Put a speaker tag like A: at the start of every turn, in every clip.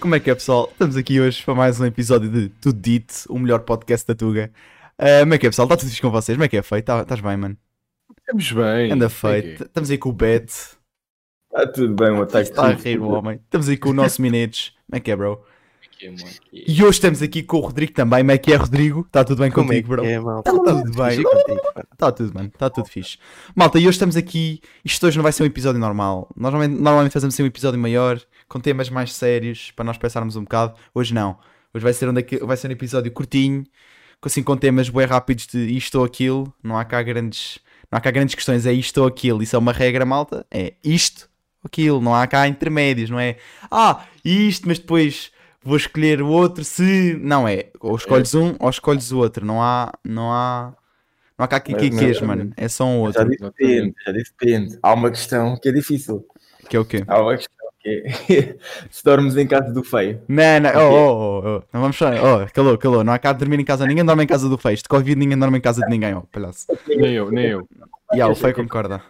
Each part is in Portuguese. A: Como é que é, pessoal? Estamos aqui hoje para mais um episódio de Tudo Dito, o melhor podcast da Tuga. Ah, como é que é, pessoal? Está tudo fixe com vocês? Como é que é, feito? Estás bem, mano?
B: Estamos bem.
A: Anda feito. Estamos aí com o Bet.
C: Está Tá tudo bem, o ataque
A: Está a rir o
C: tudo.
A: homem. Estamos aí com o nosso Minetes. Como é que é, bro?
B: Aqui, mano, aqui.
A: E hoje estamos aqui com o Rodrigo também. Como é que é, Rodrigo? Está tudo bem contigo, bro? Tá
D: É, mal.
C: Tá
A: Está tudo bem. Está tudo, mano. Está tudo fixe. Malta, e hoje estamos aqui. Isto hoje não vai ser um episódio normal. Nós normalmente, normalmente fazemos assim um episódio maior, com temas mais sérios, para nós pensarmos um bocado. Hoje não. Hoje vai ser um, daqui- vai ser um episódio curtinho, com- assim com temas bem rápidos de isto ou aquilo. Não há cá grandes, não há cá grandes questões. É isto ou aquilo. Isso é uma regra, malta. É isto ou aquilo. Não há cá intermédios. Não é ah, isto, mas depois vou escolher o outro se. Não é. Ou escolhes um ou escolhes o outro. Não há. Não há. Não há cá que
C: Mas,
A: quiquês,
C: mas-
A: mano. É só um
C: Já
A: outro.
C: disse depende, já disse depende. Há uma questão que é difícil.
A: Que é o quê?
C: Há uma questão que é se dormes em casa do feio.
A: Não, não, oh, oh, oh, oh. não vamos falar. Oh, calou, calou. Não há cá de dormir em casa. Ninguém dorme em casa do feio. De Covid, ninguém dorme em casa de ninguém, ó, palhaço.
B: Nem eu, nem eu.
A: E yeah, o feio concorda.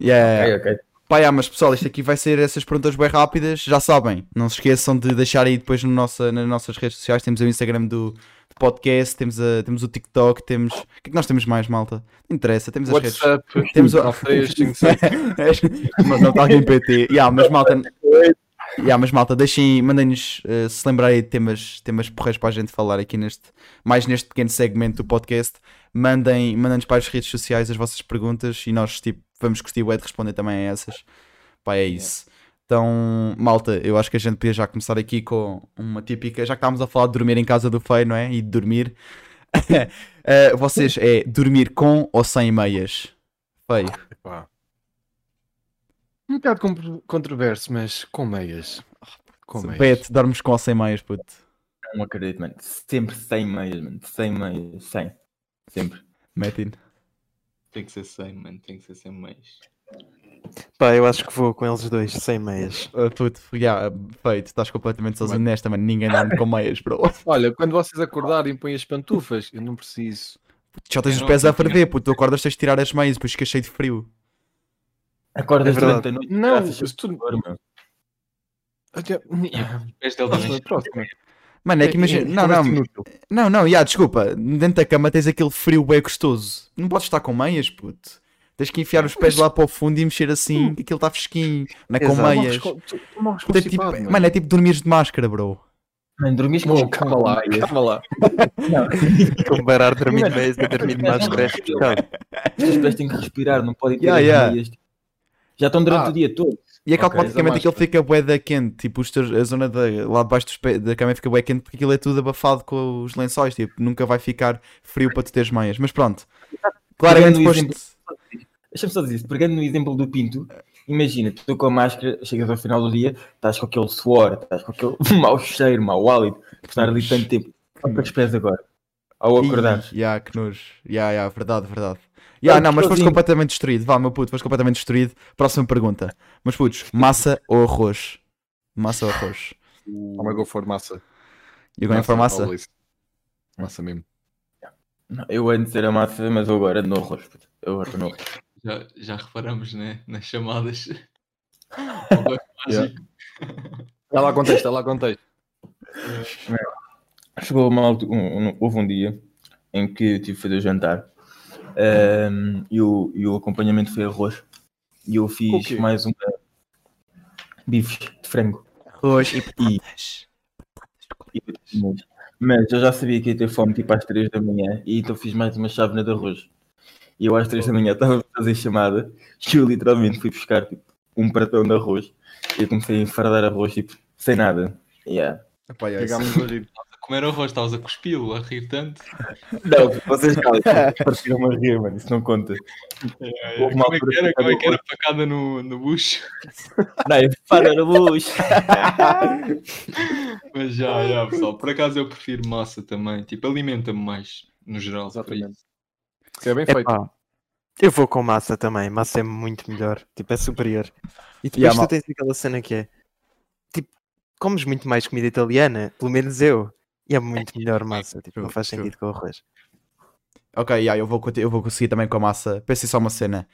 A: Yeah.
C: Ok, É, ok.
A: Pá, yeah, mas pessoal, isto aqui vai ser essas perguntas bem rápidas, já sabem. Não se esqueçam de deixar aí depois no nossa, nas nossas redes sociais. Temos o Instagram do, do podcast, temos, a, temos o TikTok, temos. O que é que nós temos mais, malta? Não interessa, temos as redes.
B: WhatsApp,
A: Temos o- É,
B: o... 356.
A: Mas não está alguém PT. Yeah, mas malta. Yeah, mas malta, deixem, mandem-nos eh, se lembrarem aí de temas, temas porreiros para a gente falar aqui neste, mais neste pequeno segmento do podcast. Mandem, mandem-nos para as redes sociais as vossas perguntas e nós tipo, vamos curtir o Ed responder também a essas. Pá, é isso. Então, malta, eu acho que a gente podia já começar aqui com uma típica, já que estávamos a falar de dormir em casa do feio, não é? E de dormir. Eh, vocês é dormir com ou sem meias? Feio.
B: Epá. Um bocado contro- controverso, mas com meias. Com
E: é
B: meias.
A: Pet, dormes com ou sem meias, puto.
C: Não acredito, mano. Sempre sem meias, mano. Sem meias, sem. Sempre.
A: Metin.
F: Tem que ser sem, mano. Tem que ser sem mais.
D: Pá, eu acho que vou com eles dois, sem meias.
A: Ah, Puto, yeah, feito, estás completamente sozinho nesta, mano. Ninguém dorme com meias, bro.
B: Olha, quando vocês acordarem, põem as pantufas. Eu não preciso.
A: Já tens
F: Eu
A: os
F: não
A: pés a
F: tinha.
A: ferver, puto. Tu acordas, tens de tirar as meias, depois ficas cheio de frio.
C: Acordas
D: É verdade.
C: durante a noite.
B: Não,
C: graças a
B: se tu-
C: Deus, mano.
B: Até-
F: Pés dele
B: Próxima,
F: também.
B: próxima.
A: Mano, é que imagina. Não, não,
E: assim,
B: Conversa
A: não,
B: inútil.
A: não, yeah, desculpa. Dentro da cama tens aquele frio bem gostoso. Não podes estar com meias, puto. Tens que enfiar os pés lá para o fundo e mexer assim, que aquilo está fresquinho, não é com
D: Exato.
B: Morres
A: meias.
B: com- tu- tu morres
A: Puto, é tipo-
B: constipado, mano.
A: mano, é tipo dormires de máscara, bro.
C: Mano, dormiste
B: Bom, calma lá, calma lá.
D: Comparar dormir de meias e dormir de mais resto.
C: Os teus pés têm que respirar, não podem ter
A: Yeah,
C: as
A: yeah.
C: meias. Já estão durante
B: Ah.
C: o dia todo.
A: E é
B: Ok,
A: que automaticamente
B: essa
A: aquilo fica bué da quente, tipo os teus- a zona da, lá debaixo dos pé, da cama fica bué quente porque aquilo é tudo abafado com os lençóis, tipo, nunca vai ficar frio para tu teres meias. Mas pronto, claramente
C: Pegando o
A: depois...
C: exemplo- Deixa-me só dizer isso, pegando no exemplo do Pinto, imagina, tu com a máscara, chegas ao final do dia, estás com aquele suor, estás com aquele mau cheiro, mau hálito, por estar ali tanto tempo. Só para os pés agora, ao acordar.
A: Ih, Ya, que nojo. Ya, ya, verdade, verdade. Ya, não, mas foste
C: sozinho.
A: completamente destruído. Vá, meu puto, foste completamente destruído. Próxima pergunta. Mas putos, massa ou arroz? Massa ou arroz?
B: Como é que eu for massa?
A: E agora for massa?
B: always. Massa mesmo.
C: Não, Eu antes era massa, mas eu agora no arroz. puto. Eu agora no arroz.
F: Já, já reparamos, né? Nas chamadas. Não vai mágico.
B: Está lá contexto, está lá contexto.
C: Chegou uma altu- um- um- houve um dia em que eu tive de fazer o jantar ahm, e, o, e o acompanhamento foi arroz. E eu
B: Com o
C: fiz
B: quê?
C: mais um bife de frango.
A: Arroz e
C: E
A: patatas.
C: Mas- Mas eu já sabia que ia ter fome tipo às 3 da manhã e então fiz mais uma chávena de arroz. E eu às 3 da manhã estava a fazer chamada e eu literalmente fui buscar tipo, um pratão de arroz e eu comecei a enfardar arroz tipo, sem nada. Yeah.
B: Epá, é isso. Pegámos hoje
F: A comer arroz, estavas a cuspi-lo, a rir tanto.
C: Não, vocês calem, partiram a rir, mano, isso não conta. Houve uma
F: Como é que
C: altura
F: era?
C: que
F: Como é que
C: era
F: era a facada no, no bucho?
C: Não, é enfardar arroz.
F: Mas já, já, pessoal. Por acaso eu prefiro massa também. Tipo, alimenta-me mais, no geral.
B: Exatamente. É bem feito.
D: Epá, eu vou com massa também. Massa é muito melhor. Tipo, é superior. E depois
A: Yeah, mal.
D: tu tens aquela cena que é... Tipo, comes muito mais comida italiana. Pelo menos eu. E é muito melhor massa. Tipo, não faz
A: True,
D: sentido com arroz.
A: Ok, yeah, eu, vou, conti- eu vou conseguir também com a massa. Pensei só uma cena.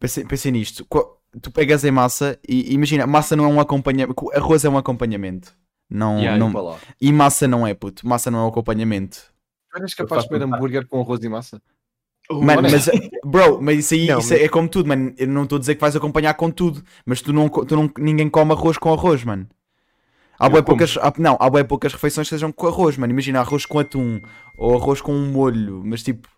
A: Pensei, pensei nisto. Qual, tu pegas em massa e imagina, massa não é um acompanhamento, arroz é um acompanhamento. Não,
F: Yeah,
A: não-
F: eu vou lá.
A: E massa não é, puto. Massa não é um acompanhamento.
B: Tu eras
C: Eu
B: capaz de
C: faço
B: comer
C: um par.
B: hambúrguer com arroz e massa? Oh,
A: Mano, mas, eh, bro, mas isso aí
D: Oh, Não,
A: isso
D: mas-
A: é como tudo, mano. Eu não estou a dizer que vais acompanhar com tudo, mas tu não, co- tu não ninguém come arroz com arroz, mano. Há
B: Eu
A: bué
B: como.
A: poucas, há- não, há bué poucas refeições que sejam com arroz, mano. Imagina arroz com atum ou arroz com um molho, mas tipo,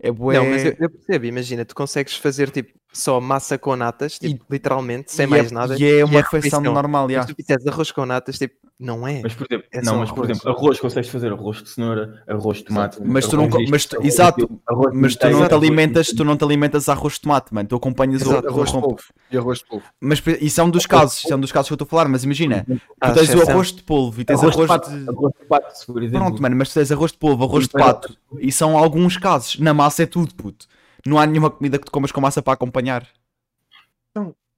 A: é bué.
D: Não, mas eu, eu percebo, imagina, tu consegues fazer tipo só massa com natas,
A: E-
D: tipo, literalmente, sem
A: e
D: mais
A: é,
D: nada.
A: E é uma
D: é
A: refeição
D: refeição.
A: normal,
D: Mas
A: já.
D: tu fizeres arroz com natas, tipo, não é.
C: Mas por exemplo,
D: É
C: não,
D: só
C: mas por
D: arroz.
C: exemplo, arroz consegues fazer arroz de cenoura, arroz de tomate.
A: Mas tu não
C: arroz
A: co-
C: disto,
A: mas tu-
C: arroz
A: exato,
C: daquilo, arroz de
A: Mas tu não
C: manteiga,
A: te
C: arroz de-
A: alimentas, tu não te alimentas a arroz de tomate, mano. Tu acompanhas o-
D: Exato,
A: o
B: Arroz de
A: com-
B: polvo. E arroz de polvo.
A: Mas pre- isso é um dos casos, isso é um dos casos que eu estou a falar, mas imagina,
D: À
A: tu tens o
D: exceção.
A: arroz de polvo e tens
C: arroz,
A: arroz,
C: de pato,
A: de...
C: arroz de pato, se por exemplo.
A: Pronto, mano, mas tu tens arroz de polvo, arroz de
C: Sim, mas-
A: pato. E são alguns casos. Na massa é tudo, puto. Não há nenhuma comida que tu comas com massa para acompanhar.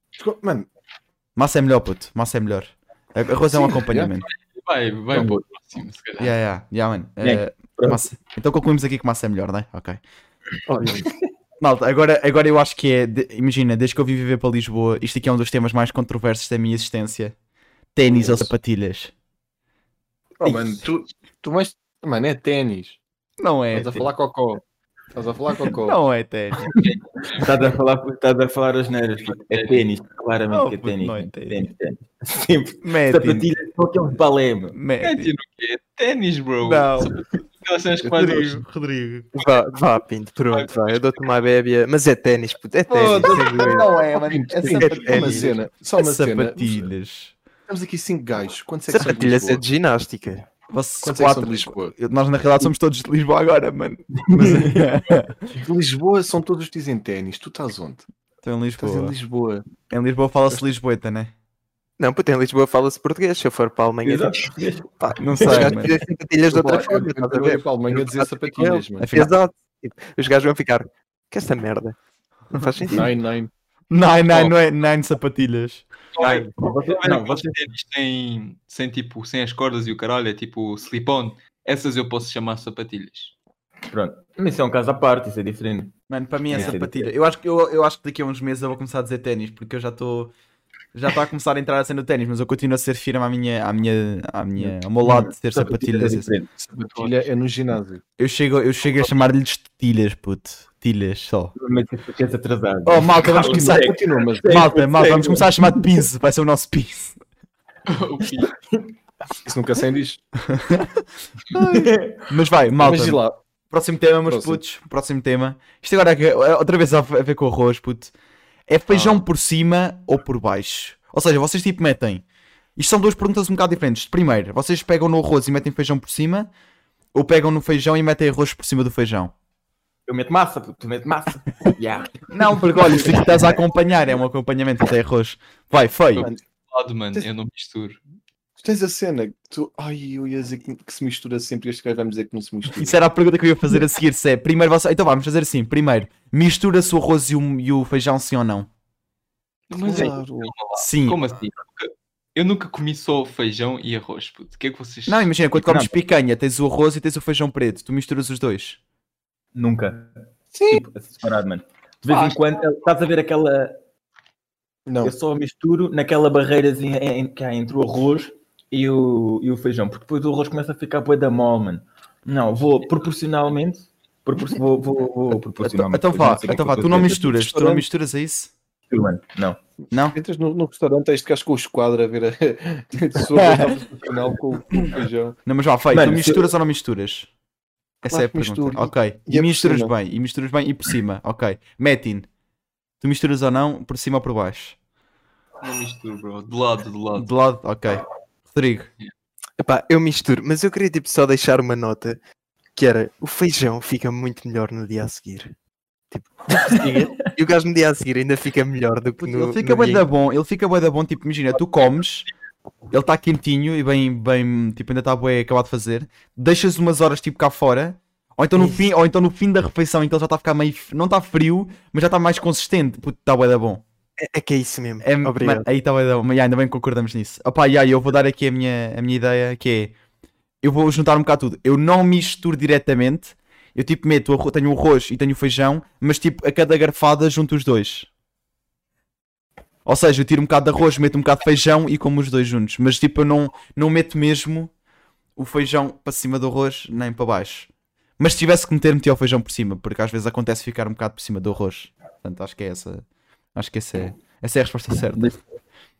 B: Desculpa, Mano,
A: Massa é melhor, puto. Massa é melhor. A- Arroz é um
B: Sim,
A: acompanhamento.
F: Vai, vai
B: Então,
F: para o próximo, se calhar.
A: Yeah, yeah, yeah, man.
C: Bem,
A: Eh,
C: pronto.
A: massa. Então concluímos aqui que massa é melhor, não é? Ok.
B: olha,
A: Malta, agora, agora eu acho que é. de- imagina, desde que eu vim viver para Lisboa, isto aqui é um dos temas mais controversos da minha existência: ténis ou sapatilhas.
B: oh, mano, tu, tu mais. Mano, é ténis.
A: Não é.
B: Estás a
A: ténis.
B: falar cocó. Estás a falar cocó.
A: Não é ténis.
C: Estás a falar, estás a falar as neiras. puto. É ténis, claramente
A: Não,
C: que é
A: puto,
C: ténis.
A: não é
C: mano.
A: ténis. É
C: Ténis, ténis. Sempre.
A: Médio.
C: Sapatilhas são aquele é um balé, mano.
A: Médio.
F: Ténis, o quê? Ténis, bro.
A: Não.
F: Aquelas cenas que faz hoje.
A: Rodrigo, Rodrigo.
D: Vá, vá, Pinto, pronto, vá, eu dou-te uma bébia, mas é ténis, puto, é ténis, sem dúvida.
A: Não é, mano.
B: Pinto,
A: É
B: Pinto, só uma
A: sapatilhas.
B: cena. Só é uma cena.
A: sapatilhas.
B: Temos aqui cinco gajos. Quantos é que são de
D: Sapatilhas é
B: Lisboa?
D: de ginástica.
A: Vocês
B: Quantos é que são de
A: quatro.
B: Lisboa?
A: Eu- Nós na realidade somos todos de Lisboa agora, mano. Mas
B: De Lisboa são todos que dizem ténis. Tu estás onde?
A: Estou em
B: Estás em
A: Lisboa.
B: Lisboa.
A: Em Lisboa fala-se Lisboeta, né?
D: Não, puto, em Lisboa fala-se português, se eu for para a Alemanha,
C: Exato.
D: pá,
A: Não
D: os
A: sei,
D: gajos
A: mano.
D: dizem sapatilhas de outra
B: Eu
D: forma, estás a
B: Eu ia
D: ver?
B: para a Alemanha dizer sapatilhas, mano.
A: Afinal-
D: Exato. Tipo, Os gajos vão ficar, que esta merda, não faz sentido.
B: Nine, nine.
A: Nine, nine, não é? Nine sapatilhas.
F: Vai,
C: Você-
F: vai
C: é- Não,
F: aqueles
C: você-
F: ténis sem, sem, tipo, sem as cordas e o caralho, é tipo slip-on. Essas eu posso chamar sapatilhas.
C: Pronto. Mas isso é um caso à parte, isso é diferente.
A: Mano, para mim é
C: Sim, sim.
A: sapatilha. Eu acho, que, eu, eu acho que daqui a uns meses eu vou começar a dizer ténis, porque eu já estou. Já está a começar a entrar a cena do ténis, mas eu continuo a ser firme à minha, à minha, à minha, ao meu lado de ser
C: é
A: sapatilhas. assim.
C: diferente.
B: Sapatilha é no ginásio.
A: Eu chego, eu chego a chamar-lhes tilhas, puto. Tilhas só.
C: Mas isso é atrasado.
A: Oh, malta, vamos começar.
B: Continua, mas
A: Malta, malta, vamos começar a chamar de pince. Vai ser o nosso pince.
F: O Pinto.
B: isso nunca sem diz.
A: Mas vai, malta.
B: Mas diz lá.
A: Próximo tema, meus
B: Próximo.
A: putos. Próximo tema. Isto agora é que- é outra vez a a ver com o arroz, puto. É feijão por cima ou por baixo? Ou seja, vocês tipo metem. Isto são duas perguntas um bocado diferentes. Primeiro, vocês pegam no arroz e metem feijão por cima? Ou pegam no feijão e metem arroz por cima do feijão?
C: Eu meto massa, puto, tu metes massa. Yeah.
A: Não, porque olha, isto aqui estás a acompanhar, é um acompanhamento até arroz. Vai, feio.
F: lado, mano, eu não misturo.
B: Tu tens a cena que tu. Ai, eu ia dizer que, que se mistura sempre. Este gajo vai me dizer que não se mistura.
A: Isso é era a pergunta que eu ia fazer a seguir, se é primeiro você... Então vamos fazer assim, primeiro, mistura-se o arroz e o, e o feijão sim ou não?
F: Mas é,
B: claro.
A: Sim.
F: como assim? Nunca- Eu nunca comi só feijão e arroz, puto. O que é que vocês...
A: Não, imagina, quando comes
C: Não.
A: picanha, tens o arroz e tens o feijão preto, tu misturas os dois.
C: Nunca.
B: Sim.
C: Tipo, assim separado, mano. De vez em quando, estás a ver aquela.
B: Não.
C: Eu só misturo naquela barreirazinha en- en- que há entre o arroz e o, e o feijão, porque depois o arroz começa a ficar bué da mol, mano. Não, vou proporcionalmente. Propor vou, vou, vou
A: Então,
C: proporcionalmente.
A: então
C: depois
A: vá,
C: sei o
A: então
C: que é que
A: vá,
C: eu
A: tu não
C: estou a dizer.
A: misturas, tu não misturas a isso?
C: Misturo, mano. Não.
A: Não?
B: Entras no, no restaurante, este gajo com o esquadro a ver a a sopa final com, com o feijão.
A: Não, mas vá, feio,
C: Mano,
A: tu
C: se-
A: misturas ou não misturas? Essa
B: Claro
A: é a
B: que
A: pergunta.
B: misturo.
A: Ok,
B: E
A: e,
B: é por
A: misturas
B: cima.
A: bem, e misturas bem e por cima, ok. Metin, tu misturas ou não, por cima ou por baixo?
F: Não misturo, bro. De lado, de lado.
A: De lado, ok. Rodrigo,
D: Epá, eu misturo, mas eu queria tipo só deixar uma nota que era o feijão fica muito melhor no dia a seguir. Tipo, siga, e o gajo no dia a seguir ainda fica melhor do que no.
A: ele fica
D: no
A: bué
D: dia
A: da bom, ele fica bué da bom, tipo, imagina, tu comes, ele está quentinho e bem, bem, tipo, ainda está bué acabado de fazer, deixas umas horas, tipo, cá fora, ou então no
D: Isso.
A: fim, ou então no fim da refeição, então já está a ficar meio, f- não está frio, mas já está mais consistente, puto, está bué da bom.
D: em- É que é isso mesmo.
A: É,
D: Obrigado.
A: mano, aí está bué da bom, mas, yeah, ainda bem que concordamos nisso. Opa, yeah, eu vou dar aqui a minha, a minha ideia, que é, eu vou juntar um bocado tudo, eu não misturo diretamente, eu tipo meto, o arro- tenho o arroz e tenho o feijão, mas tipo, a cada garfada junto os dois. Ou seja, eu tiro um bocado de arroz, meto um bocado de feijão e como os dois juntos. Mas tipo, eu não, não meto mesmo o feijão para cima do arroz nem para baixo. Mas se tivesse que meter, metia o feijão por cima, porque às vezes acontece ficar um bocado por cima do arroz. Portanto, acho que é essa. Acho que essa é, essa é a resposta certa.
C: Deixa-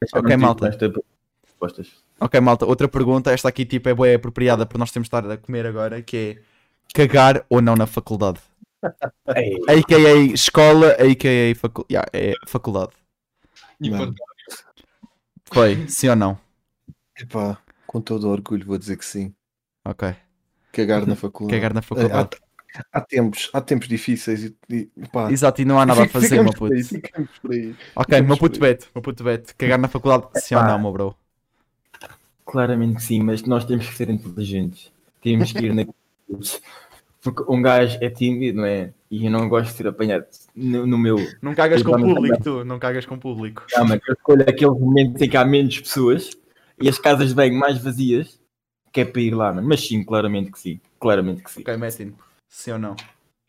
C: deixa eu
A: Ok,
C: não
A: malta.
C: dizer esta Respostas.
A: Ok, malta, outra pergunta. Esta aqui tipo, é boa apropriada para nós termos de estar a comer agora, que é cagar ou não na faculdade.
C: Ei,
A: AKA escola, AKA facu... yeah, é faculdade.
F: Enquanto
A: Foi, sim ou não?
E: Epá, com todo orgulho vou dizer que sim.
A: Ok.
E: Cagar na faculdade.
A: Cagar na
E: Eh,
C: Ah,
A: faculdade.
C: tá.
E: há, há tempos, há tempos difíceis e, e pá,
A: Exato, e não há nada a
E: fica-
A: fazer,
E: ficamos
A: meu
E: por aí,
A: puto.
E: ficamos por aí.
A: Ok, meu
E: ficamos
A: puto
E: por
A: Beto, meu puto Beto. Cagar na faculdade, sim ou
C: Epá.
A: não, meu bro?
C: Claramente sim, mas nós temos que ser inteligentes. Temos que ir na. Porque um gajo é tímido, não é? E eu não gosto de ser apanhado no, no meu.
A: Não cagas com
C: Epá,
A: o
C: mas-
A: público, tu. Não cagas com o público.
C: Calma, que eu escolho aquele momento em que há menos pessoas e as casas de banho mais vazias, que é para ir lá, mano. Mas sim, claramente que sim. Claramente que sim.
A: Ok, Metin. Sim ou não?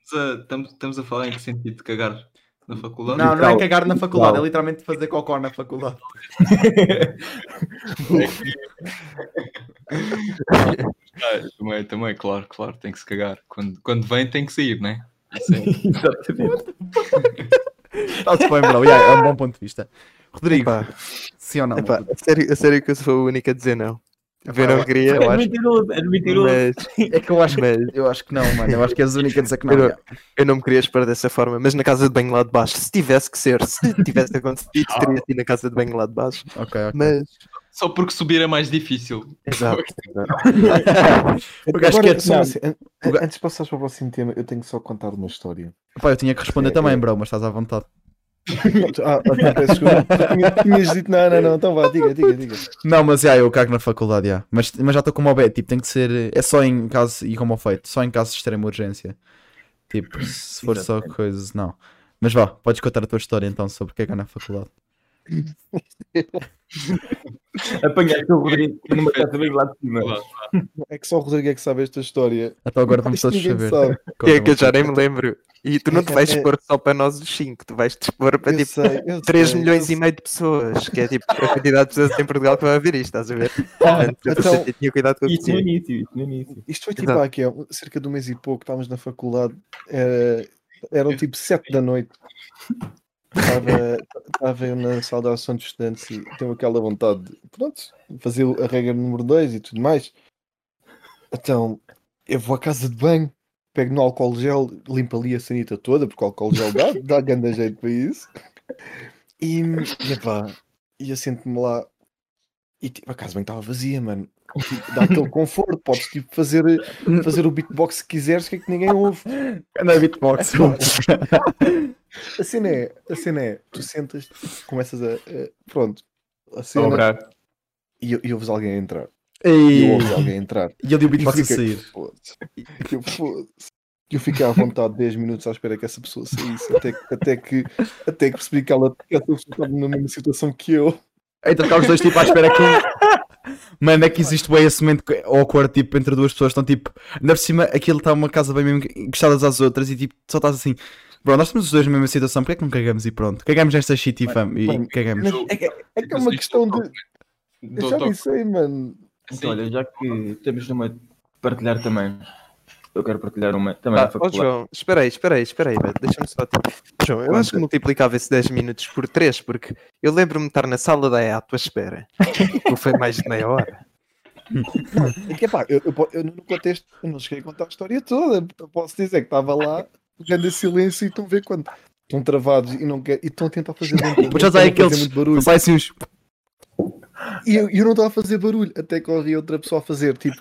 F: estamos a, estamos- estamos a falar em que sentido de cagar na faculdade?
A: Não, não é
C: Literal,
A: cagar na faculdade, é
C: literal.
A: literalmente fazer cocó na faculdade.
F: Ah, também, também, claro, claro, tem que se cagar. Quando, quando vem, tem que sair, né? Isso é.
C: Exatamente.
A: Está-se bem, bro. Yeah, é um bom ponto de vista. Rodrigo,
D: Epá,
A: sim ou não?
D: epá, a, sério, a sério que eu sou o único a dizer não.
A: Epá, é
D: Eu não queria,
A: eu
C: Era
A: acho-
C: É mentiroso, era mentiroso.
D: mas
A: É que eu acho
D: Mas-
A: eu acho que não, mano. Eu acho que és a única a dizer que
D: Eu-
A: yeah.
D: eu não me queria esperar dessa forma. Mas na casa de banho lá de baixo, se tivesse que ser, se tivesse acontecido, teria sido na casa de banho lá de baixo.
A: Ok, ok.
D: Mas,
F: Só porque subir é mais difícil.
D: exato.
A: O gajo
E: Agora,
A: quer-
E: só
A: não.
E: assim, an-
A: O ga-
E: antes de passares para o próximo tema, eu tenho que só contar uma história.
A: Pá, eu tinha que responder também, bro, mas estás à vontade.
E: Ah, ok, peço desculpa. Tu tinha- Tinhas dito, não, não, não, então vá, diga, diga, diga.
A: Não, mas yeah, eu cago na faculdade, yeah. mas, mas já estou como o B, tipo, tem que ser. É só em caso, e como ao feito, só em caso de extrema urgência. Tipo, se for só coisas, não. Mas vá, podes contar a tua história então sobre cagar na faculdade.
C: Apanhaste o Rodrigo numa casa bem lá de cima.
E: É que só o Rodrigo é que sabe esta história.
A: Até agora vamos
E: Isto
A: todos
E: ninguém
A: saber.
E: sabe.
D: Que é
A: Conta-me.
D: que eu já nem me lembro. E tu não te vais
E: É- é-
D: expor só para nós os 5, tu vais te expor para
E: Eu
D: tipo
E: sei, eu
D: 3
E: sei,
D: milhões
E: eu
D: e meio de pessoas, que é tipo a quantidade de pessoas em Portugal que vão ouvir isto, estás a ver? Portanto, eu
E: então-
D: eu tinha cuidado com o que
C: Isto no
D: dizia.
C: início, isto no início.
E: Isto foi tipo
D: Exato.
E: há aqui, há cerca de um mês e pouco, estávamos na faculdade, era, eram tipo 7 da noite. Estava, estava eu na sala de ação de estudantes e tenho aquela vontade de pronto, fazer a regra número 2 e tudo mais. Então eu vou à casa de banho, pego no álcool gel, limpo ali a sanita toda, porque o álcool gel dá, dá grande jeito para isso. E, e epá, e eu sento-me lá e tipo, a casa de banho estava vazia, mano. Tipo, dá aquele conforto, podes tipo fazer, fazer o beatbox se quiseres, que é que ninguém ouve.
A: Anda beatbox.
E: A cena é, a cena é, tu sentas, começas a, a- pronto, a cena
C: Obrar.
E: e, e ouves alguém entrar. E
A: e
E: ouves alguém entrar.
A: e eu dei o beatbox
E: E
A: a
E: fica-
A: sair.
E: Foda-se. Eu, foda-se. Eu fiquei à vontade 10 minutos à espera que essa pessoa saísse, até, que- até, que, até que percebi que ela que essa pessoa estava na mesma situação que eu.
A: Então cá os dois tipo à espera que. um- Mano, é que existe bem esse momento que- awkward tipo, entre duas pessoas estão tipo. Ainda por cima, aquilo está uma casa bem mesmo encostadas às outras e tipo, só estás assim. Bro, nós estamos os dois na mesma situação, porque é que não cagamos e pronto? Cagamos nesta shit e fam. E
E: mano,
A: cagamos.
E: Mas é, que- é que é uma questão de. Eu já nem sei, mano.
C: Então, olha, já que estamos numa de partilhar também, eu quero partilhar uma
A: Tá,
C: também
D: Ah,
C: da
D: ó,
C: faculdade.
D: João, espera aí, espera aí, espera aí, velho, deixa-me só. tipo, João, eu acho que multiplicava esses 10 minutos por 3, porque eu lembro-me de estar na sala da EA à tua espera. Aquilo foi mais de meia hora.
E: É que, epá, eu, eu, po- eu no contexto, eu não cheguei a contar a história toda. Eu posso dizer que estava lá, grande silêncio, e estão a ver quando estão travados e, não quer, e estão a tentar fazer barulho.
A: Depois já sai
E: estão a fazer
A: aqueles-
E: muito barulho.
A: Não sai assim uns.
E: E eu, e eu não estava a fazer barulho, até que ouvi outra pessoa a fazer, tipo.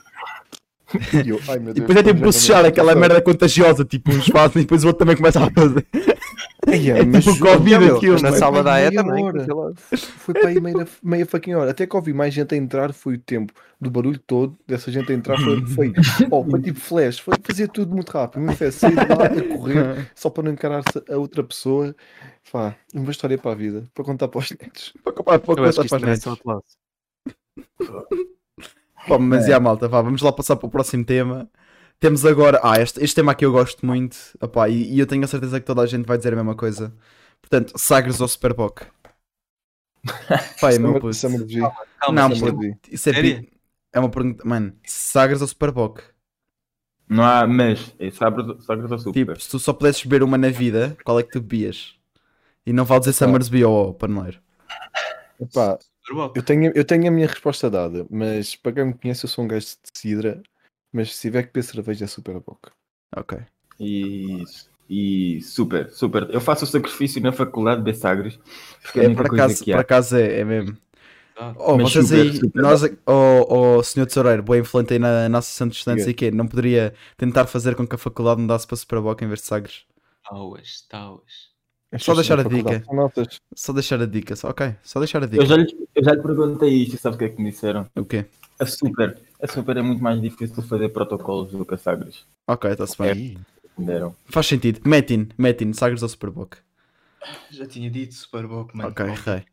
E: E eu, ai meu
A: E
E: Deus.
A: depois é tipo
E: já não
A: bocejar
E: lembro
A: aquela
E: dessa
A: merda contagiosa, tipo uns fazem e depois o outro também começa a fazer.
E: história. Ai,
A: É
E: mas
A: tipo
E: juro,
A: Covid
D: Não,
A: aquilo.
D: mas na
A: mano.
D: sala da EA
E: Meia
D: também.
E: hora.
D: sei lá.
E: Foi para aí meia, meia fucking hora. Até que ouvi mais gente a entrar, foi o tempo do barulho todo, dessa gente a entrar, foi, foi, oh, foi tipo flash, foi fazer tudo muito rápido. Muito fast, sair de lá a correr, só para não encarar a outra pessoa. Pá, uma história para a vida, para contar para os netos.
A: Para comprar- para
D: Eu acho
A: contar para
D: que isto
A: as
D: não é
A: redes.
D: só aplauso.
A: Pá, mas é a malta, vá, vamos lá passar para o próximo tema. Temos agora. Ah, este, este tema aqui eu gosto muito. Opá, e, e eu tenho a certeza que toda a gente vai dizer a mesma coisa. Portanto, Sagres ou Superboc?
C: é
A: Pai, É, meu
E: Summer,
A: puto.
E: Summer G.
F: Calma,
A: Não,
F: isto
A: mas-
F: é
E: Summer G.
A: Isso é,
F: Sério?
A: pi- é uma pergunta. Mano, Sagres ou Superboc?
C: Não há, mas, é Sagres Sagres ou Super.
A: Tipo, se tu só pudesses beber uma na vida, qual é que tu bebias? E não vale dizer Summersby ou paneleiro.
E: Epá,
F: super bom.
E: eu, tenho, eu tenho a minha resposta dada, mas para quem me conhece, eu sou um gajo de cidra. Mas se tiver que beber cerveja, é super a boca.
A: Ok.
C: Isso. E super, super. Eu faço o sacrifício na faculdade de Sagres. Porque é a
A: É,
C: única
A: por
C: coisa
A: acaso,
C: que
A: por
C: há.
A: acaso é, é mesmo. Oh,
C: Mas
A: vocês
C: super,
A: aí,
C: super.
A: nós, oh, oh, senhor Tesoureiro, boa influente aí na nossa Santos Estudantes e quê? Não poderia tentar fazer com que a faculdade mudasse para Superboc em vez de Sagres?
F: Tauas, tauas.
E: É
A: Só deixar a dica.
E: São notas.
A: Só deixar a dica, só, ok, só deixar a dica.
C: Eu já, lhe, eu já lhe perguntei isto e sabe o que é que me disseram?
A: O quê?
C: A super, a super é muito mais difícil fazer protocolos do que a Sagres.
A: Ok, está-se bem.
C: É. Entenderam?
A: Faz sentido. Metin, Metin, Sagres ou Superboc?
F: Já tinha dito super bom, mano.
A: Ok, ok.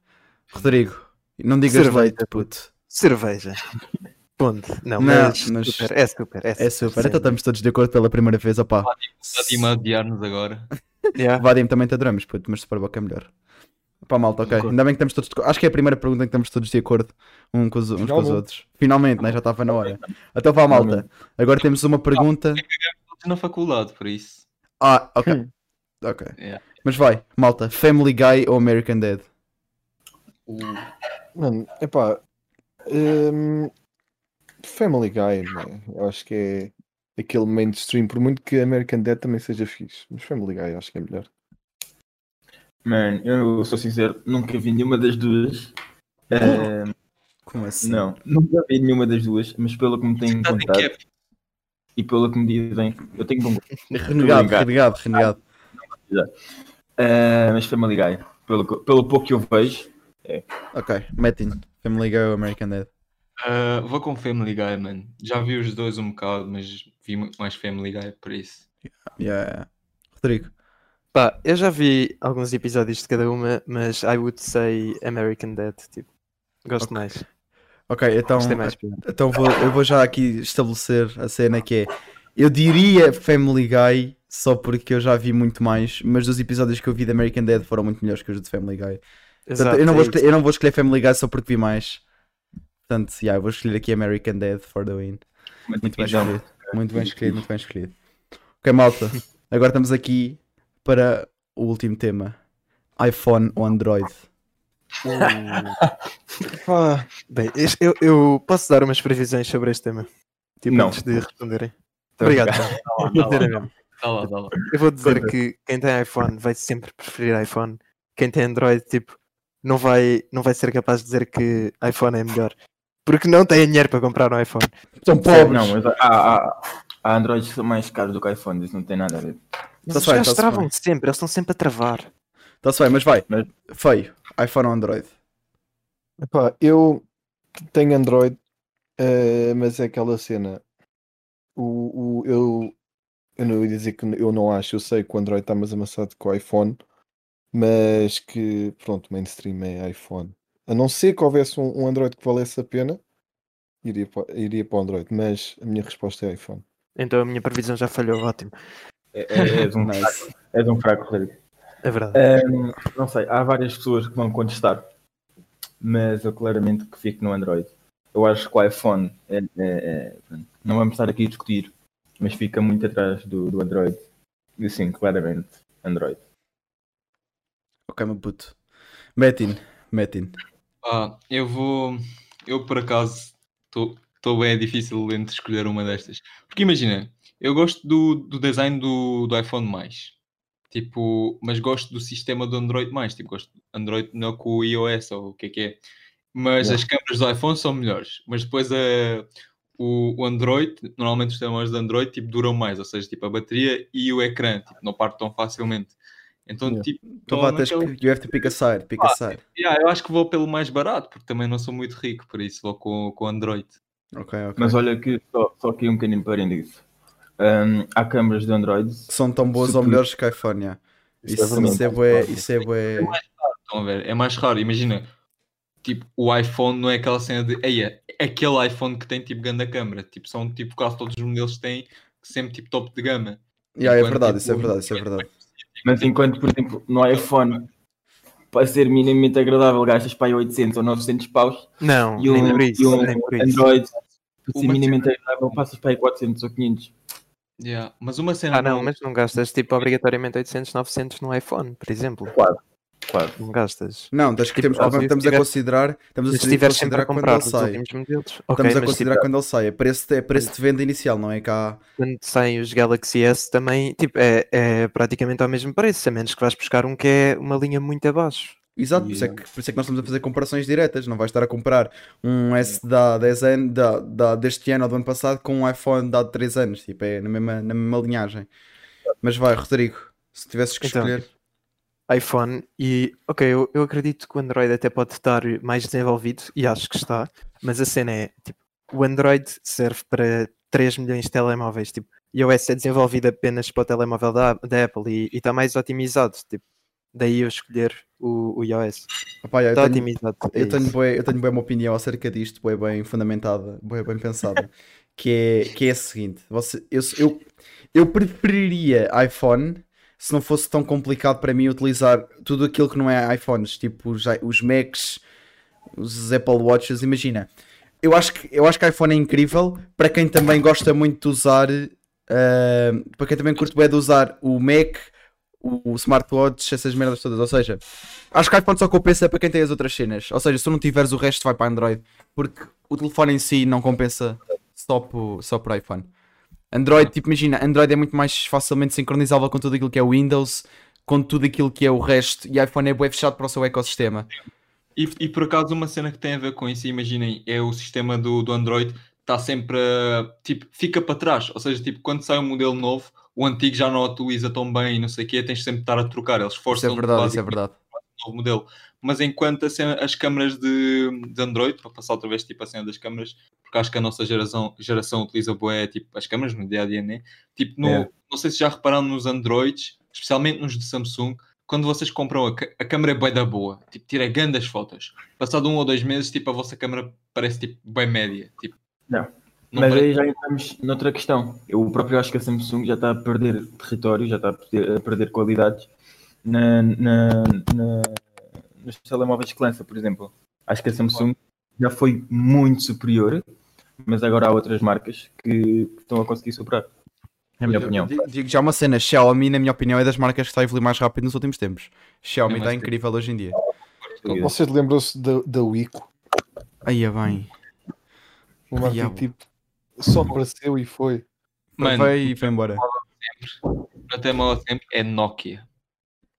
A: Rodrigo, não digas
D: Cerveja,
A: leite, puto.
D: Cerveja. Ponto.
A: Não,
D: Não, mas,
A: mas-
D: super, é super. É super.
A: É super, então estamos todos de acordo pela primeira vez, opá.
F: Fátima adiar-nos agora.
D: Yeah.
A: Vadim também te adoramos, puto, mas Superboc é melhor. Pá, malta, ok. Ainda bem que estamos todos de acordo. Acho que é a primeira pergunta em que estamos todos de acordo um com os- uns com os
E: Finalmente.
A: outros. Finalmente, né? já estava na hora. Então vá, malta. Agora temos uma pergunta.
F: Estou na faculdade, por isso.
A: Ah, ok. Ok.
F: Yeah.
A: Mas vai, malta. Family Guy ou American Dad?
E: Mano, epá. hum, Family Guy, né? eu acho que é aquele mainstream, por muito que American Dad também seja fixe. Mas Family Guy acho que é melhor.
C: Mano, eu sou sincero, nunca vi nenhuma das duas. Eh,
A: Como assim?
C: não, nunca vi nenhuma das duas, mas pelo que me têm
F: Está em
C: contado
F: cap.
C: e pelo que me dizem, eu tenho bom gosto.
A: Renegado,
C: Obrigado.
A: renegado, renegado.
C: Eh, mas Family Guy, pelo, que- pelo pouco que eu vejo,
A: Ok, Metin. Family Guy ou American Dad?
F: Ah, vou com Family Guy, mano. Já vi os dois um bocado, mas vi muito mais Family Guy, por isso.
A: Yeah. Rodrigo.
D: Pá, eu já vi alguns episódios de cada uma, mas I would say American Dad. Tipo, gosto mais.
A: Ok, então,
D: Gostei mais. pá.
A: então vou, eu vou já aqui estabelecer a cena que é. Eu diria Family Guy só porque eu já vi muito mais, mas os episódios que eu vi de American Dad foram muito melhores que os de Family Guy. Portanto,
D: Exato,
A: eu, não
D: é
A: vou
D: isso.
A: escolher, eu não vou escolher Family Guy só porque vi mais. Portanto, yeah, eu vou escolher aqui American Dad for the win.
C: mas
A: Muito bem
C: divisão.
A: escolhido. Muito bem escolhido, muito bem escolhido. Ok, malta. Agora estamos aqui para o último tema. iPhone ou Android?
E: Pá,
D: Bem, este- eu, eu posso dar umas previsões sobre este tema? Tipo,
C: Não.
D: antes de responderem. Obrigado. tá. Tom.
F: Tá lá, tá lá.
D: Eu vou dizer que quem tem iPhone vai sempre preferir iPhone. Quem tem Android, tipo, não vai, não vai ser capaz de dizer que iPhone é melhor. Porque não tem dinheiro para comprar um iPhone.
A: São
C: Sério,
A: pobres!
C: Não, mas há, há, há Androids que são mais caros do que iPhones, isso não tem nada a ver.
D: Mas
A: Tá
D: os
A: certo,
D: gajos
A: tá-se
D: travam
A: bem.
D: sempre, eles estão sempre a travar.
A: Está-se bem, mas vai.
C: Mas-
A: Feio. iPhone ou Android?
E: epá, eu tenho Android, eh, mas é aquela cena. O, o- eu, eu não ia dizer que eu não acho, eu sei que o Android está mais amassado que o iPhone, mas que pronto, mainstream é iPhone. A não ser que houvesse um, um Android que valesse a pena, iria para, iria para o Android, mas a minha resposta é iPhone.
D: Então a minha previsão já falhou, ótimo.
C: É, é- és, um,
A: Nice.
C: és um fraco, Rodrigo.
D: É verdade.
C: Ahm, não sei, há várias pessoas que vão contestar, mas eu claramente que fico no Android. Eu acho que o iPhone, é- é- é- não vamos estar aqui a discutir, mas fica muito atrás do, do Android. E sim, claramente, Android.
A: Ok, meu puto. Metin. Metin.
F: Pá, eu vou. Eu por acaso estou bem difícil entre escolher uma destas. Porque imagina, eu gosto do, do design do, do iPhone mais. Tipo, mas gosto do sistema do Android mais. Tipo, gosto do Android melhor que o iOS ou o que é que é. Mas as câmeras do iPhone são melhores. Mas depois a, o, o Android, normalmente os telemóveis de Android tipo, duram mais, ou seja, tipo, a bateria e o ecrã tipo, não parte tão facilmente. Então,
E: Yeah.
F: tipo,
A: Então
F: tô
A: vá, tens que.
F: naquela-
A: You have to pick a side, pick a side.
F: Yeah, eu acho que vou pelo mais barato, porque também não sou muito rico, por isso vou com, com Android.
A: Ok, ok.
C: Mas olha que só, só aqui um bocadinho de parênteses. Ahm, há câmaras de Android,
A: Que São tão boas ou
C: Super-
A: melhores que iPhone, yeah.
E: Isso é
A: Isso,
E: verdade.
A: isso é bué, isso é bué.
F: Estão a ver? É mais raro, imagina. Tipo, o iPhone não é aquela cena de. Eia, é aquele iPhone que tem tipo grande câmera. Tipo, são tipo quase todos os modelos que têm sempre tipo top de gama.
A: Yeah, é
F: Enquanto,
A: verdade,
F: tipo,
A: isso é verdade, isso é verdade.
C: mas enquanto, por exemplo, no iPhone para ser minimamente agradável, gastas para aí 800 ou 900 paus.
D: Não,
C: E um,
D: nem por isso.
C: e um
D: nem por isso.
C: Android, para ser
F: Uma
C: minimamente agradável, passas para aí 400 ou 500.
F: Yeah. Mas uma cena.
D: Ah, não,
F: boa-
D: mas não gastas tipo obrigatoriamente 800, 900 no iPhone, por exemplo.
C: Claro, claro.
D: Não gastas.
A: Não, das que temos,
D: Tipo,
A: estamos
D: se
A: a
D: tiver-
A: considerar. Estamos a
D: Mas se tiveres sempre
A: considerar
D: a
A: quando
D: comprar
A: ele
D: os
A: sai.
D: últimos modelos, ok,
A: Estamos a
D: mas
A: considerar
D: tipo,
A: quando ele sai. É preço, de- é preço de venda inicial, não é? Cá.
D: quando saem os Galaxy S também, tipo, é, é praticamente ao mesmo preço, a menos que vais buscar um que é uma linha muito abaixo.
A: Exato, por, isso é que, por isso é que nós estamos a fazer comparações diretas. Não vais estar a comprar um S da 10 anos, da, da- deste ano ou do ano passado com um iPhone de há 3 anos. Tipo, é na mesma, na mesma linhagem. Mas vai, Rodrigo, se tivesses que
D: Então.
A: escolher.
D: iPhone e ok, eu, eu acredito que o Android até pode estar mais desenvolvido e acho que está, mas a cena é tipo, o Android serve para 3 milhões de telemóveis, tipo, iOS é desenvolvido apenas para o telemóvel da, da Apple e e está mais otimizado, tipo, daí eu escolher o, o iOS.
A: Opá, eu
D: Está
A: tenho-
D: otimizado. é
A: Eu tenho,
D: isso.
A: bué, eu tenho bué uma opinião acerca disto, bué bem fundamentada, bué bem pensada, que é, que é a seguinte, você, eu, eu, eu preferiria iPhone se não fosse tão complicado para mim utilizar tudo aquilo que não é iPhones, tipo os, i- os Macs, os Apple Watches, imagina. Eu acho, que, eu acho que iPhone é incrível para quem também gosta muito de usar, ah, para quem também curte bem de usar o Mac, o, o smartwatch, essas merdas todas, ou seja... Acho que iPhone só compensa para quem tem as outras cenas. Ou seja, se tu não tiveres o resto, vai para Android. Porque o telefone em si não compensa só por, só por iPhone. Android, tipo, imagina, Android é muito mais facilmente sincronizável com tudo aquilo que é o Windows, com tudo aquilo que é o resto. E iPhone é bem fechado para o seu ecossistema.
F: E, e por acaso uma cena que tem a ver com isso, imaginem, é o sistema do, do Android está sempre a, tipo, fica para trás. Ou seja, tipo, quando sai um modelo novo, o antigo já não atualiza tão bem e não sei o quê, tens de sempre de estar a trocar. Eles
A: Isso
F: forçam
A: é verdade, isso é
F: basicamente
A: verdade.
F: um novo modelo. Mas enquanto a cena- as câmaras de, de Android, para passar outra vez tipo, a cena das câmaras, porque acho que a nossa geração, geração utiliza boé, tipo, as câmaras no dia a dia, né? Tipo, no,
A: É.
F: não sei se já repararam nos Androids, especialmente nos de Samsung, quando vocês compram a, ca- a câmera é bué da boa, tipo, tira grandes fotos. Passado um ou dois meses, tipo, a vossa câmera parece tipo bem média. Tipo,
C: Não.
F: não
C: Mas
F: parece-
C: aí já entramos noutra questão. Eu próprio acho que a Samsung já está a perder território, já está a perder, a perder qualidades na, na, na- nos telemóveis que lança, por exemplo. Acho que a Samsung já foi muito superior, mas agora há outras marcas que, que estão a conseguir superar. É a minha opinião.
A: Digo- Digo já uma cena, Xiaomi, na minha opinião, é das marcas que está a evoluir mais rápido nos últimos tempos. Xiaomi
F: É, mas
A: está
F: que-
A: incrível hoje em dia.
E: Vocês lembram-se da, da Wico?
A: Aí é bem.
E: Uma marca
A: Diabo.
E: que tipo só apareceu e foi.
F: Mano,
A: Veio e foi embora.
F: até mal sempre é Nokia.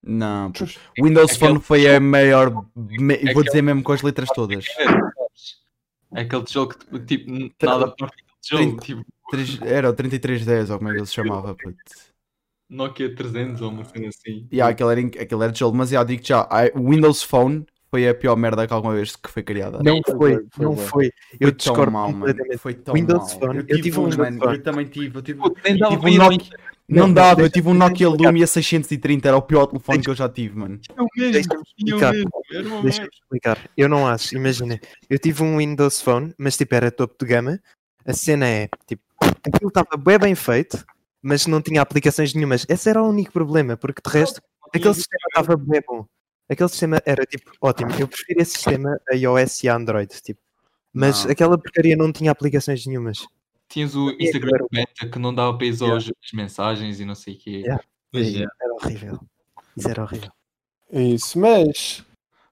A: Não,
E: Tchus.
A: Windows
F: Aquele-
A: Phone foi a maior. me- Vou
F: Aquele-
A: dizer mesmo com as letras todas.
F: É aquele tijolo que tipo, n- nada para aquele tijolo,
A: Trinta.
F: tipo,
A: Três- Era o 3310 ou como é que ele se chamava. Puto.
F: Nokia 300 ou uma cena assim.
A: Yeah, aquele, era, inc- aquele era de gelo, mas yeah, digo já, a- o Windows Phone foi a pior merda que alguma vez que foi criada.
D: Não foi,
E: foi
D: não
E: bem.
A: foi.
D: Eu
A: tão
D: discordo
A: mal, mano.
D: completamente.
A: Foi tão
D: Windows
A: mal.
D: Phone, eu tive um
A: uns,
D: Windows
A: mano.
D: Phone.
A: Eu também tive. Eu tive,
F: Puta, nem
A: eu
F: dava
A: tive
F: para
A: um
F: ir ao
A: Nokia. Não,
D: Não,
A: dava, eu
D: deixa-
A: tive um
D: deixa-me
A: Nokia
D: explicar.
A: Lumia 630, era o pior telefone que eu já tive, mano.
F: Eu mesmo,
D: Deixa-me
F: eu
D: explicar.
F: mesmo, era uma
D: Deixa-me
F: merda.
D: explicar. Eu não acho, imagina. Eu tive um Windows Phone, mas tipo era topo de gama. A cena é, tipo, aquilo estava bem bem feito, mas não tinha aplicações nenhumas. Esse era o único problema, porque de resto, aquele sistema estava bem bom. Aquele sistema era tipo ótimo. Eu prefiro esse sistema a iOS e a Android, tipo. Mas
A: Não.
D: aquela porcaria não tinha aplicações nenhumas.
F: Tinhas o Instagram Beta que não dava para ir
D: Yeah.
F: aos- às mensagens e não sei o quê. é,
D: Yeah.
F: Mas,
D: E Era horrível. Isso era horrível.
E: É isso, mas.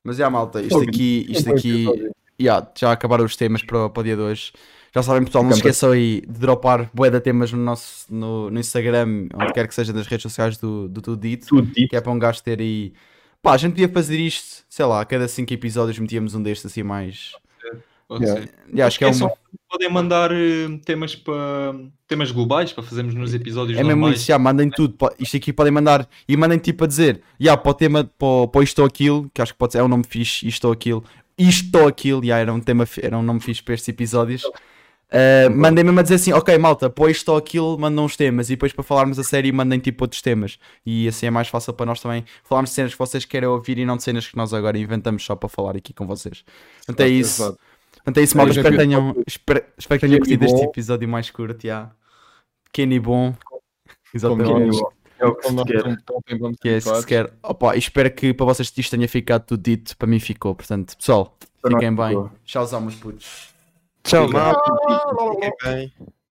A: Mas já, malta, isto
E: Ok.
A: aqui. Isto
E: Então,
A: aqui Ya, já acabaram os temas para, o- para o dia de hoje. Já sabem, pessoal, não se
C: Ficamos
A: esqueçam aí de dropar bué de temas no nosso no, no Instagram, onde quer que seja, nas redes sociais do, do Tudo Dito,
C: Tudo tipo, dito.
A: que é para um gajo ter aí. Pá, a gente podia fazer isto, sei lá, a cada 5 episódios metíamos um destes assim mais.
F: pode
E: Yeah.
F: ser.
A: Ya, acho que é,
F: Esqueçam,
A: uma...
F: Podem mandar eh, temas para temas globais para fazermos nos episódios
A: é mesmo
F: normais.
A: isso, já, mandem tudo. po- Isto aqui podem mandar e mandem tipo a dizer, já, para o tema, para, o- para o isto ou aquilo, que acho que pode ser, é um nome fixe, isto ou aquilo, isto ou aquilo, já, era, um tema, fi- era um nome fixe para estes episódios. Uh, mandem mesmo a dizer assim, ok malta, põe isto ou aquilo, mandam uns temas e depois para falarmos a série mandem tipo outros temas e assim é mais fácil para nós também falarmos de cenas que vocês querem ouvir e não de cenas que nós agora inventamos só para falar aqui com vocês. Portanto é isso,
E: Exato.
A: portanto é isso malta,
E: Seja
A: espero que
E: pior.
A: tenham, espero, espero que tenham
E: Pequeno e
A: curtido este
E: bom.
A: episódio mais curto, já. pequeno e bom,
E: Como
A: exatamente,
E: que é?
C: Eu- É o que se
E: Então,
C: quer.
E: não, então, então, vamos
A: Que é isso que se
E: habituar.
A: quer. Opa, espero que para vocês isto tenha ficado tudo dito. Para mim ficou. Portanto, pessoal,
C: Para nós
A: fiquem bem.
C: ficou.
A: Tchauzão, meus putos.
D: Tchau,
C: Fica-
D: mal. é. Fiquem bem.